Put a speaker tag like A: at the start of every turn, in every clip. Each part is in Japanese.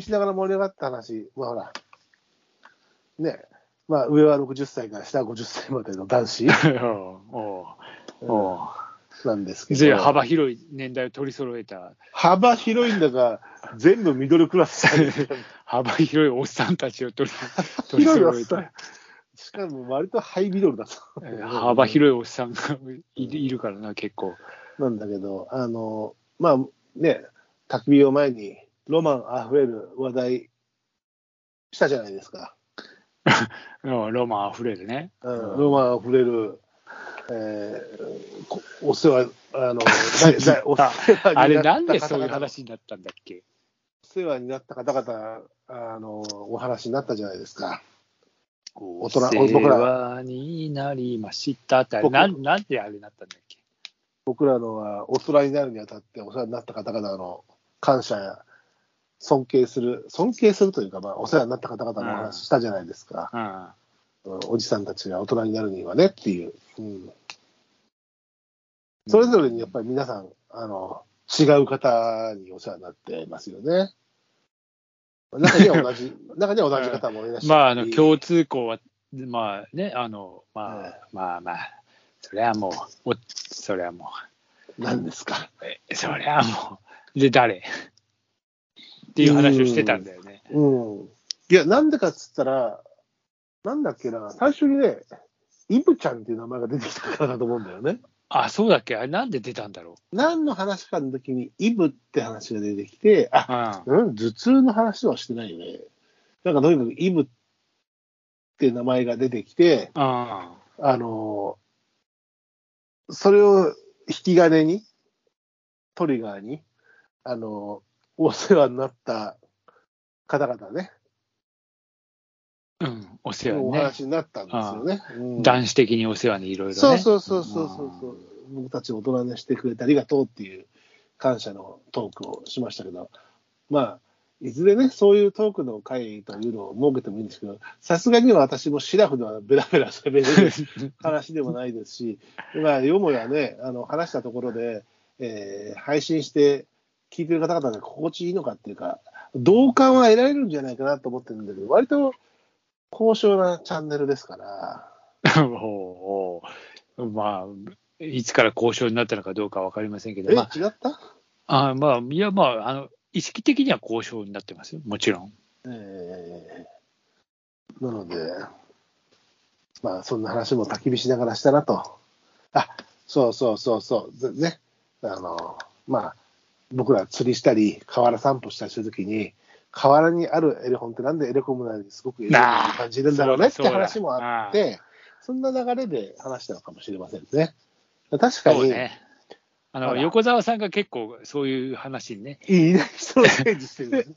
A: しながら盛り上がった話、まあほら、ね、まあ上は60歳から下は50歳までの男子
B: おう おう
A: なんですけど。
B: 随分幅広い年代を取り揃えた、
A: 幅広いんだが、全部ミドルクラスさん
B: 幅広いおっさんたち を取り取り
A: 広い
B: 揃
A: おっ
B: え
A: さ
B: た
A: ん、。しかも割とハイミドルだと。
B: えー幅広いおっさんがいるいるからな、結構。
A: なんだけど、あの、まあね、焚き火を前にロマンあふれる話題したじゃないですか。
B: うんロマンあふれるね。
A: うん、
B: うん
A: ロマンあふれる、えーこお世話、あ の、だいだいお世話に
B: あ
A: な
B: れ、
A: った
B: なんでそういう
A: 方々
B: 話になったんだっけ
A: お世話になった方々、あの、お話になったじゃないですか。
B: 大
A: 人
B: 世
A: 僕ら
B: 話になりましたって、あれ
A: 僕
B: なんなんであれになったんだっけ
A: 僕らのは、大人になるにあたって、お世話になった方々の感謝や、尊敬する、尊敬するというか、まあ、お世話になった方々のお話したじゃないですか。
B: うん
A: うんおじさんたちが大人になるにはねっていう。うん、それぞれにやっぱり皆さん、あの、違う方にお世話になってますよね。中には同じ、中には同じ方もいらっしゃる。
B: まあ、あの共通項は、まあね、あの、まあ、
A: え
B: まあまあ、それはもう、おそれはも
A: 何ですか。
B: う、えそれはもう、で、誰っていう話をしてたんだよね。
A: うん。いや、なんでかっつったら、なんだっけな、最初にね、イブちゃんっていう名前が出てきたからだと思うんだよね。
B: あ、そうだっけあれ、なんで出たんだろ
A: 何の話かの時に、イブって話が出てきて、あ
B: う。うん。
A: うん、頭痛の話はしてないね。なんかとにかくイブって名前が出てきて、
B: うん。
A: あのーそれを引き金に、トリガーに、あのーお世話になった方々ね、
B: うん、お世話に
A: お
B: ね。
A: 話になったんですよね。うん
B: 男子的にお世話にいろいろね。
A: そうそうそうそうそうそう、僕たちを大人にしてくれてありがとうっていう感謝のトークをしましたけど、まあ、いずれね、そういうトークの会というのを設けてもいいんですけど、さすがには私もシラフではベラベラ喋れる
B: うん。
A: 話でもないですし、 まあ、よもやね、あの話したところで、えー配信して聞いてる方々が心地いいのかっていうか、同感は得られるんじゃないかなと思ってるんだけど、割と高尚なチャンネルですから。
B: おうおうまあ、いつから交渉になったのかどうかわかりませんけど、
A: え、
B: まあ
A: 違った
B: あまあ、いや、まあ、あの、意識的には交渉になってますよ、もちろん。
A: えーなので、まあ、そんな話も焚き火しながらしたなと。あ、そうそうそうそう、ぜね。あの、まあ、僕ら釣りしたり、河原散歩したりするときに、河原にあるエレホンってなんでエレコムなのにすごくエレコムに感じるんだろうね
B: なあ
A: っ
B: そ
A: て
B: うだ
A: 話もあって、そんな流れで話したのかもしれませんね。確か
B: そう
A: に、
B: ね。あの、
A: ほら
B: 横澤さんが結構そういう話にね、
A: いない人をイメージしてるんです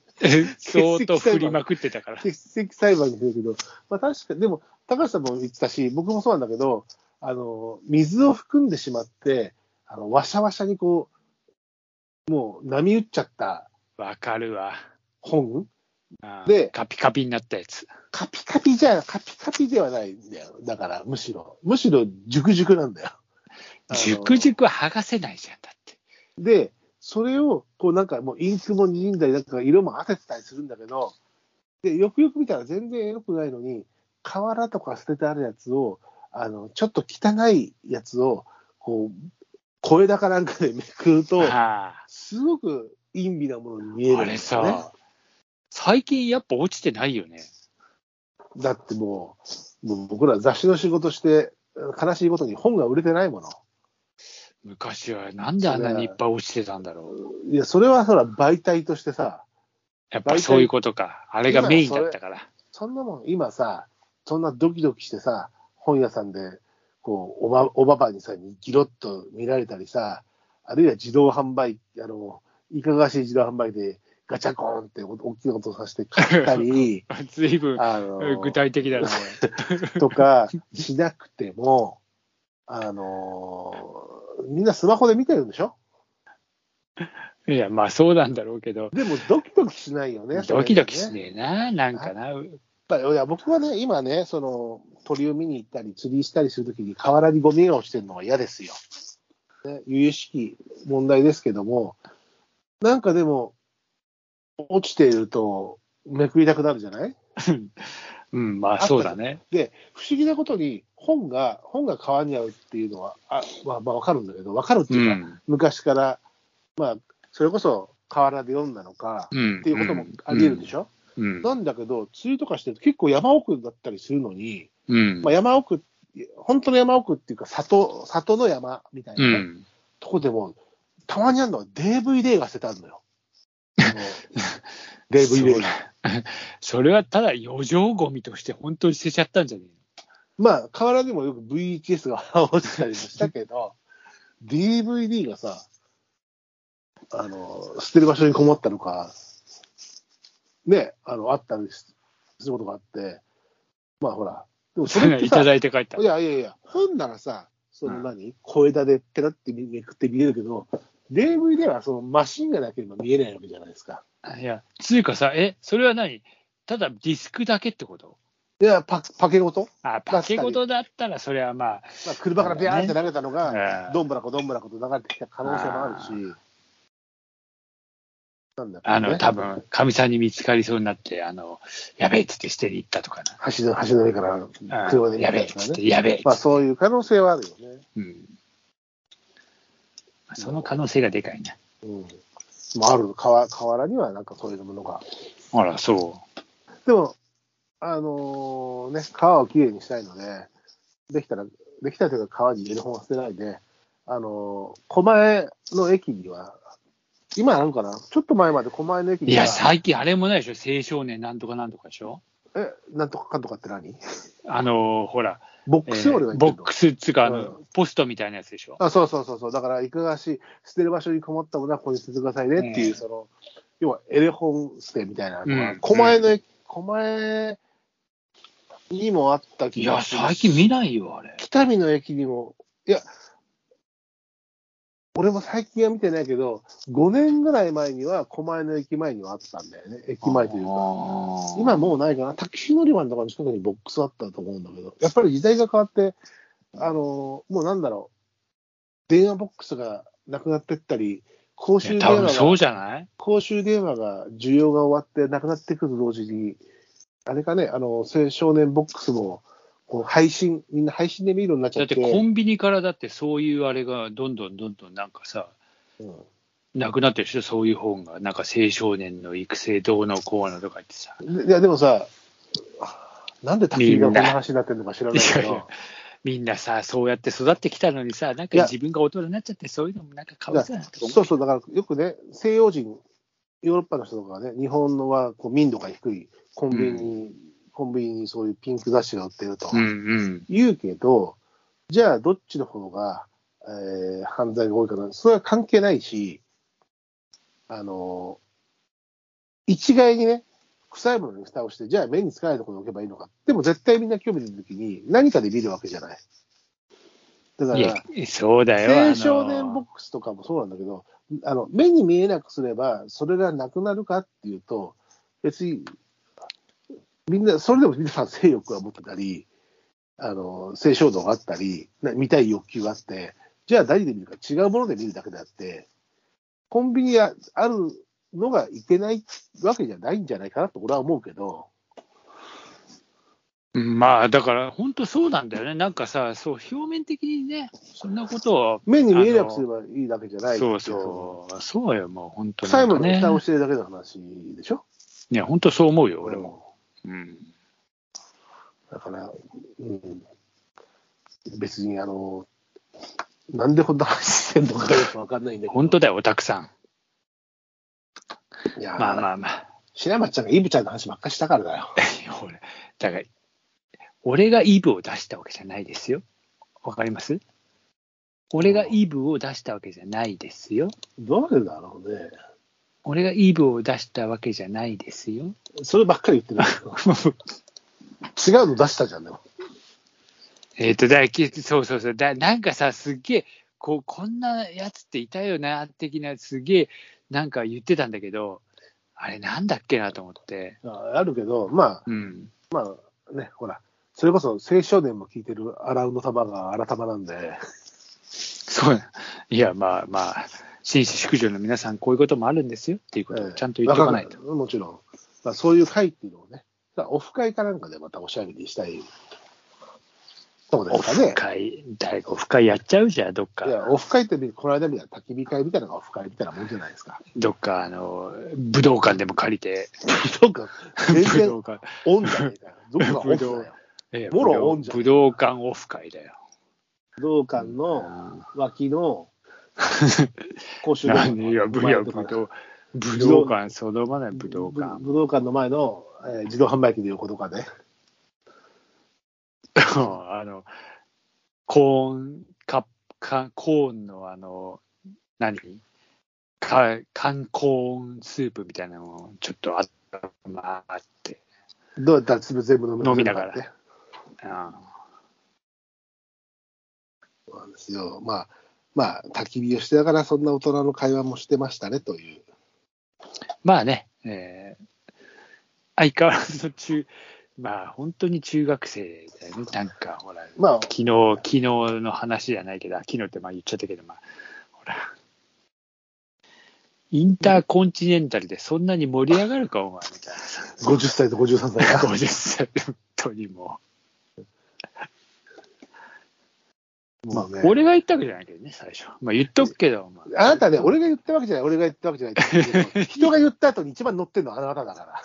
A: ね
B: 相当振りまくってたから。
A: 欠席裁判にするけど、まあ確か、でも、高橋さんも言ってたし、僕もそうなんだけど、あの、水を含んでしまって、あの、わしゃわしゃにこう、もう波打っちゃった
B: わかるわ。
A: 本
B: あ
A: で
B: カピカピになったやつ。
A: カピカピじゃ、カピカピではないんだよ。だから、むしろ。むしろ、熟熟なんだよ。あの
B: 熟熟は剥がせないじゃん、だって。
A: で、それを、こうなんかもうインクも滲んだり、なんか色も当ててたりするんだけど、で、よくよく見たら全然エロくないのに、瓦とか捨ててあるやつを、あの、ちょっと汚いやつを、こう、小枝かなんかでめくると、
B: ああ
A: すごく陰微なものに見えるんですよ
B: あれ
A: ね
B: さ。最近やっぱ落ちてないよね。
A: だってもう、もう僕ら雑誌の仕事して、悲しいことに本が売れてないもの。
B: 昔はなんであんなにいっぱい落ちてたんだろう。
A: いや、それはほら媒体としてさ、
B: やっぱそういうことか。あれがメインだったから。
A: そんなもん、今さ、そんなドキドキしてさ、本屋さんで、こう、おば、おばばにさ、ギロッと見られたりさ、あるいは自動販売、あの、いかがわしい自動販売で、ガチャコーンって大きい音させて買った り、
B: ずいぶん
A: あの、
B: 具体的だな、
A: とかしなくても、あの、みんなスマホで見てるんでしょ
B: 俺いや、まあそうなんだろうけど。
A: でもドキドキしないよね。
B: ドキドキ
A: それ
B: しねえな、なんかな。
A: やっぱりいや僕はね、今ね、その鳥を見に行ったり、釣りしたりするときに、河原にゴミが落ちてるのは嫌ですよ。ね、由々しき問題ですけども、なんかでも、落ちていると、めくりたくなるじゃない
B: うん、まあそうだね。
A: で、不思議なことに本が、本が川に合うっていうのは、あまあ、まあわかるんだけど、わかるって
B: う
A: いうか、
B: ん。
A: 昔から、まあ、それこそ河原で読んだのか、
B: うん。
A: っていうこともあり得るでし
B: ょ。
A: ょ、
B: うん。
A: なんだけど、梅雨とかしてると結構山奥だったりするのに、
B: うん。
A: まあ、山奥、本当の山奥っていうか、里、里の山みたいうなね、
B: ん。
A: とこでも、たまにあるのは DVD が捨ててあるのよ。あ の DVD
B: そう
A: が。
B: それはただ余剰ゴミとして本当に捨てちゃったんじゃね
A: まあ、河原でもよく VHS が落ちたりもしたけど、DVD がさ、あの、捨てる場所にこもったのか、ね、あの、あったりすることがあって、まあほら、でも
B: え
A: それ
B: の。
A: っ
B: い
A: て
B: た
A: さ、
B: だいて帰った
A: い。やいやいや、本ならさ、その何、小枝でペラってめくって見えるけど、DVD はそのマシンがなければ見えないわけじゃないですか。
B: いや、つうかさ、え、それは何ただディスクだけってこと
A: いや、パパケごと、
B: あ、パケごとだったら、それはま
A: まあ、車からビャーって投げたの
B: あ、
A: が、
B: えー
A: どんぶらこどんぶらこと流れてきた可能性もあるし、なんだけ
B: あ
A: ど
B: の、
A: ね
B: 多分かみさんに見つかりそうになって、あの、やべえっつって捨てに行ったとか
A: 橋の橋の上から
B: な。
A: 車
B: う
A: で行
B: んや
A: った
B: べえ
A: りと
B: っ
A: か
B: つっ
A: ね、
B: て、やべえっつって
A: まあ、そういう可能性はあるよね。
B: うんまあその可能性がでかいな。
A: うんまあ、ある河河原にはなんかそういうものが。
B: あら、そ
A: でも、あのーね、川をきれいにしたいので、できたら、できたらというか川に入れる本は捨てないで、あのー狛江の駅には、今なのかなちょっと前まで狛江の駅
B: う。い
A: には、
B: や、最近あれもないでしょ、青少年なんとかなんとかでしょ。
A: え、なんとかかんとかって何
B: あのーほら、
A: ボッ
B: えー
A: クスよりは
B: ボックスっつうか、あ
A: う
B: のポストみたいなやつでしょ。
A: あそうそうそうそう、だから、いかがし、捨てる場所に困ったものはここに捨ててくださいねっていう、
B: うん
A: その、要はエレホン捨てみたいなのが、
B: うん
A: 狛江の、狛江にもあった
B: い
A: 気
B: や、
A: がする。
B: 最近見ないよ、あれ。
A: 北見の駅にも、いや、俺も最近は見てないけど、5年ぐらい前には狛江の駅前にはあったんだよね、駅前というか。
B: あー
A: 今もうないかな、タクシー乗り場のとかの近くにボックスあったと思うんだけど、やっぱり時代が変わって、あのーもうなんだろう、電話ボックスがなくなってったり、公
B: い
A: 衆
B: や
A: 電
B: 多分
A: 話
B: そ
A: が
B: うじゃない
A: 公衆電話が需要が終わってなくなってくると同時に、あれかね、あの青少年ボックスもこう配信、みんな配信で見るようになっち
B: だ
A: ゃ
B: っ
A: って、
B: てコンビニからだってそういうあれがどんどんどんどんなんかさ、
A: うん
B: なくなってるでしょ、そういう本が。なんか青少年の育成どうのこうのとか言ってさ。
A: でいや、でもさ、なんで焚き火がこんな話になってるのか知らないけ
B: いやいや
A: ど、
B: みんなさ、そうやって育ってきたのにさ、なん
A: い
B: か
A: や
B: 自分が大人になっちゃって、そういうのもなんかかわいそうだなとか思
A: そうそう、だからよくね、西洋人、ヨーロッパの人とかはね、日本のはこう民度が低い、コンビニに、コンビニにそういうピンク雑誌が売ってると、
B: うんうん。
A: 言うけど、じゃあ、どっちの方が、えー犯罪が多いかな、それは関係ないし、あの一概にね、臭いものに蓋をして、じゃあ目につかないところに置けばいいのか。でも絶対みんな興味の時に何かで見るわけじゃない。だか
B: いや
A: ら、、
B: そうだよ。
A: 青少年ボックスとかもそうなんだけど、あの目に見えなくすれば、それがなくなるかっていうと、別に、みんな、それでも皆さん性欲が持ってたり、あの性衝動があったり、な見たい欲求があって、じゃあ何で見るか、違うもので見るだけであって、コンビニがあるのがいけないわけじゃないんじゃないかなと俺は思うけど、
B: あのうんまあ、だから本当そうなんだよね。なんかさ、そう、表面的にね、そんなことを。
A: 目に見えなくすればいいだけじゃないってい
B: そう
A: その
B: そう、そうよ、もう本当
A: 臭いものに
B: ね
A: 蓋。をしてるだけの話でしょ、
B: いや、本当そう思うよ、俺も。
A: も。
B: うん。
A: だから、うん、別にあの、なんでこんな話してんのかよくわかんないんだけど、
B: 本当だよ、オタクさん。
A: いや、ま
B: まあ
A: あ、
B: まあまあ。
A: 白松ちゃんがイブちゃんの話ばっかりしたからだよ。
B: いや俺だから、俺がイブを出したわけじゃないですよ。わかります俺がイブを出したわけじゃないですよ。
A: どうだろうね。
B: 俺がイブを出したわけじゃないですよ。
A: そればっかり言ってるけど、違うの出したじゃん、でも。
B: えっと、だきそうそうそうだ。なんかさ、すっげえ、こう、こんなやつっていたよな、的な、すげえ、なんか言ってたんだけど、あれなんだっけなと思って。
A: ああるけど、ま
B: うん。
A: あね、ほら、それこそ青少年も聞いてるアラウの玉が荒玉なんで、
B: そうだいや、まあまあ、紳士淑女の皆さん、こういうこともあるんですよっていうことをちゃんと言っておかないと。
A: 若くもちろん。まあ、そういう会っていうのをね、さあオフ会かなんかでまたおしゃべりしたい。そうで
B: オ
A: すか
B: フ
A: ね。
B: 会、誰かオフ会やっちゃうじゃん、どっ
A: いや、
B: か。
A: オフ会って、この間みたいな焚き火会みたいなのがオフ会みたいなもんじゃないです か。
B: どっか、あの、武道館でも借りて。
A: そうか、全
B: 武
A: 然
B: 道館。
A: オンじゃねえかよ。どこ がオフだよ。
B: ええ
A: もろオンじゃん
B: 武道館オフ会だよ。
A: 武道館の
B: あ
A: 脇の公衆
B: ーなんでいや、
A: 武
B: ぶいや
A: 道
B: 武
A: 館
B: 道武道館、そのまない武道館。
A: 武道館の前の、えー自動販売機の横とかね。
B: あの、コーン、か、か、コーンのあの、何か、缶コーンスープみたいなのもちょっとあった、まあ、あって。
A: どうやったら全部飲み
B: 飲みながら
A: ね。
B: あ
A: そうなんですよ。まあ、まあ、焚き火をしながら、そんな大人の会話もしてましたねという。
B: ーまあね、えー相変わらずの中、まあ本当に中学生だよね。なんか、ほら、
A: まあ、
B: 昨日、昨日の話じゃないけど、昨日ってまあ言っちゃったけど、まあ、ほら、インターコンチネンタルでそんなに盛り上がるか、お前、みたいなさ。
A: 50歳と53歳が。
B: 50歳、本当にもう。
A: まあね
B: 俺が言ったわけじゃないけどね、最初。まあ言っとくけど、ま
A: あなたね、俺が言ったわけじゃない、俺が言ったわけじゃ ない。人が言った後に一番乗ってんのはあなただから。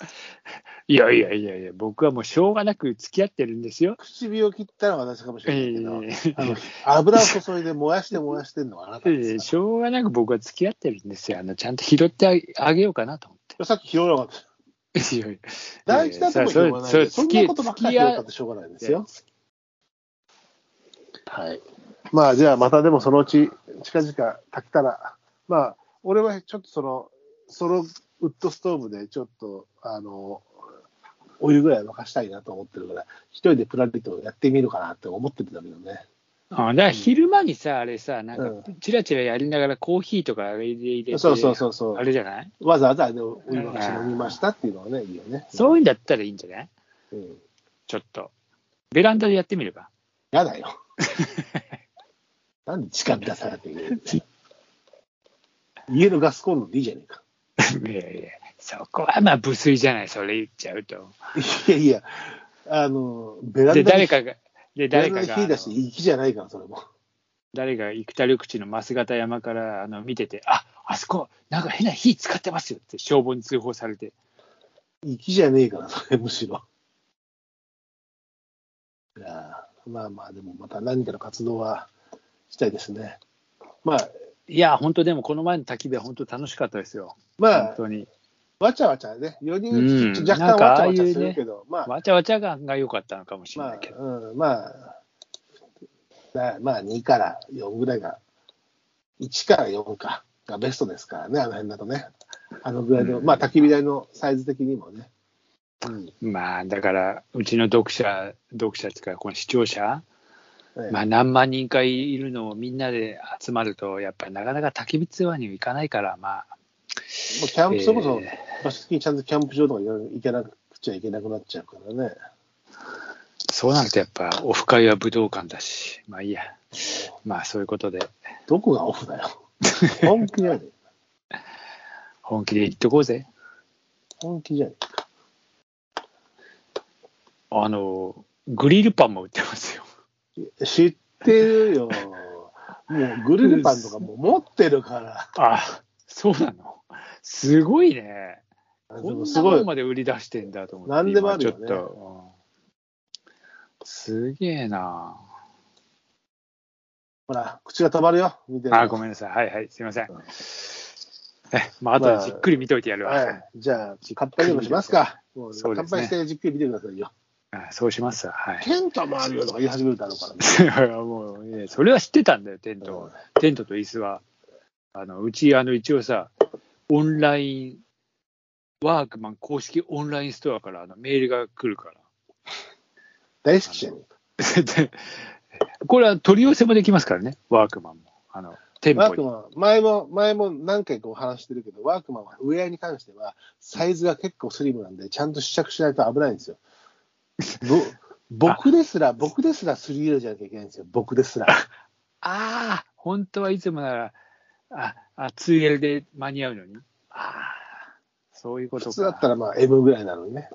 B: いやいやいやいや、僕はもうしょうがなく付き合ってるんですよ。
A: 唇を切ったのは私かもしれないけど、
B: ええ
A: あの油を注いで燃やして燃やしてんのはあなたですか
B: しょうがなく僕は付き合ってるんですよ。あのちゃんと拾ってあげあげようかなと思って。
A: ら。さっき拾わなかった。
B: いやいや
A: 大事なとこ拾わない
B: そ
A: で、
B: れ
A: そ
B: それ
A: んなことばっかり拾
B: 付き合
A: ったってしょうがないですよ。はい。まあ、じゃあまたでもそのうち、近々炊きたら、まあ、俺はちょっとその、ソロウッドストーブでちょっと、あの、お湯ぐらい沸かしたいなと思ってるから、一人でプラリとやってみるかなって思ってるんだけどね。
B: あだから昼間にさ、あれさ、なん
A: う
B: か、チラチラやりながらコーヒーとかあれで入れて、
A: そうそうそうそ
B: あ
A: う。
B: れじゃない
A: わざわざあれをお湯沸かし飲みましたっていうのはね、いいよね。
B: そういうんだったらいいんじゃない
A: うん。
B: ちょっと。ベランダでやってみれば。
A: やだよ。なんで近出さなきゃいけ ないんだよ家のガスコンロ でいいじゃねえか。
B: いやいや、そこはまあ、無粋じゃない、それ言っちゃうと。
A: いやいや、あの、ベランダ
B: で、
A: に
B: 誰かが、
A: ベ
B: で、
A: ラ
B: 誰
A: ンダ
B: か
A: に
B: が、
A: 火出して、息じゃないから、それも。
B: 誰が幾多緑地の増形山からあの見てて、ああそこ、なんか変な火使ってますよって消防に通報されて、
A: 息じゃねえから、それむしろ。いやーまあまあ、でもまた何かの活動はしたいですね。まあ、
B: いや、本当でもこの前の焚き火は本当楽しかったですよ。
A: ま
B: 本
A: あ、
B: 当に。
A: わちゃわちゃね、4
B: うん
A: 人、若干わちゃわちゃするけど、まあ、
B: わちゃわちゃ感が良かったのかもしれ
A: ま
B: ない
A: あ
B: けど。、
A: うん、まあ、まあ、まあ、2から4ぐらいが、1から4かがベストですからね、あの辺だとね。あのぐらいの、
B: うん
A: まあ、焚き火台のサイズ的にもね。うん。
B: まあ、だから、うちの読者、読者っていうか、この視聴者、
A: ええ
B: まあ、何万人かいるのをみんなで集まると、やっぱりなかなか焚き火ツアーには行かないから、まあ、
A: もうキャンプ、それこ
B: え
A: そ
B: ー、
A: 場所的にちゃんとキャンプ場とかいろいろ行けなくちゃいけなくなっちゃうからね。
B: そうなるとやっぱ、オフ会は武道館だし、まあいいや、まあそういうことで、
A: どこがオフだ よ。本気じゃねえ。
B: 本気で行ってこうぜ。
A: 本気じゃねえ。
B: あの、グリルパンも売ってますよ。
A: 知ってるよ。もうグリルパンとかもう持ってるから。
B: あ、そうなの。すごいね。
A: で
B: こん
A: も
B: な
A: すごい
B: 方。まで売り出してんだと思って。
A: 何でもあるよね
B: 今ちょっと。うんすげえな
A: ほら、口がたまるよ。見てる
B: あ、ごめんなさい。はいはい、すいません。
A: うん
B: え、まあ、あとでじっくり見といてやるわ。
A: はい。じゃあ、乾杯でもしますか。もう
B: そうで
A: 乾
B: すね
A: 杯してじっくり見てくださいよ。
B: あそうしますわ。はい。
A: テントもあるよとか言い始めるだろうからね。
B: もう、ね、それは知ってたんだよ、テントは。テントと椅子は。あの、うち、あの、一応さ、オンライン、ワークマン公式オンラインストアからあのメールが来るから。
A: 大好きじゃん。
B: でこれは取り寄せもできますからね、ワークマンも。あの、店
A: ワー
B: 舗
A: ク
B: に。
A: マン、前も、前も何回かお話してるけど、ワークマンはウェアに関しては、サイズが結構スリムなんで、ちゃんと試着しないと危ないんですよ。ぼ 僕ですら、僕ですら 3L じゃなきゃいけないんですよ。僕ですら。
B: ああ、本当はいつもなら、あ、あ 2L で間に合うのに。ああ、そういうこ
A: 普
B: とか。
A: 通だったらまあ M ぐらいなのにね。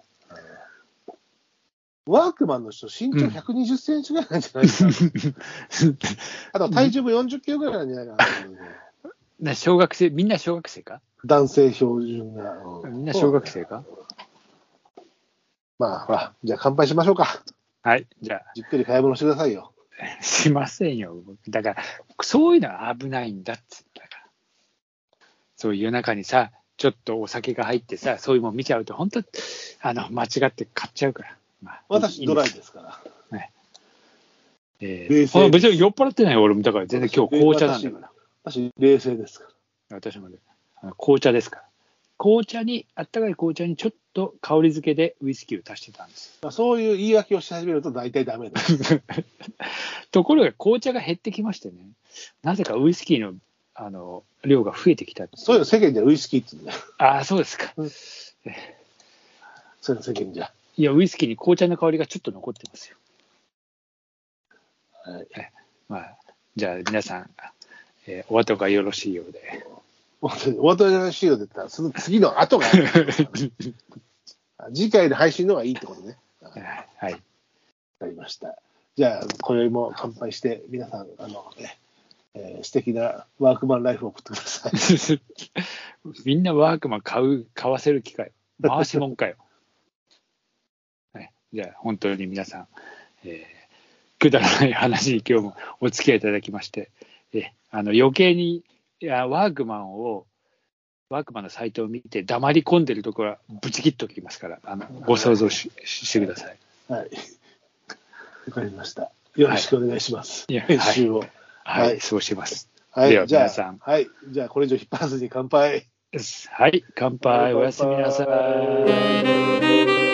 A: ワークマンの人、身長120センチぐらいなんじゃない ですか。あと体重も40キロぐらいなんじゃないかなと思うね、
B: な小学生、みんな小学生か
A: 男性標準が。う
B: みんな小学生か
A: まあ、ほら、じゃあ乾杯しましょうか。
B: はい、じゃあ、
A: じっくり買い物してくださいよ。
B: しませんよ。僕だから、そういうのは危ないんだっつったから。そういう中にさ、ちょっとお酒が入ってさ、そういうもん見ちゃうと、本当あの、間違って買っちゃうから。まあ
A: 私、ドライ。
B: いいん
A: ですから。
B: え
A: 冷
B: ー、
A: 静
B: この別に酔っ払ってないよ俺も、だから全然今日紅茶なんだから。
A: 私、冷静ですから。
B: 私もね、あの紅茶ですから。紅茶に、あったかい紅茶にちょっと香り付けでウイスキーを足してたんです。
A: まあ、そういう言い訳をし始めると大体ダメ だ。
B: ところが紅茶が減ってきましてね、なぜかウイスキーのあの量が増えてきたってい
A: そういうの世間じゃウイスキーって言うんだよ。
B: ああ、そうですか。
A: そういうの世間じゃ。
B: いや、ウイスキーに紅茶の香りがちょっと残ってますよ。
A: はい、
B: まあ、じゃあ皆さん、えーお後がよろしいようで。
A: 本当にお後がよしいよって言ったら、その次の後 がある、次回の配信の方がいいってことね。
B: はい。
A: わかりました。じゃあ、今宵も乾杯して、皆さん、あの、ね、えー素敵なワークマンライフを送ってください。
B: みんなワークマン買う、買わせる機会。回しもんかよ。はい、じゃあ、本当に皆さん、えーくだらない話に今日もお付き合いいただきまして、えーあの余計にいやワークマンを、ワークマンのサイトを見て黙り込んでるところはぶち切っておきますから、あのご想像しししてください。
A: はい。わかりました。よろしくお願いします。
B: いいや
A: 編集を。
B: はい、
A: はい
B: そうします。
A: はい、
B: では
A: じゃあ
B: 皆さん
A: はい、じゃあ、これ以上引っ張らずに乾杯。
B: はい、乾杯、おやすみなさい。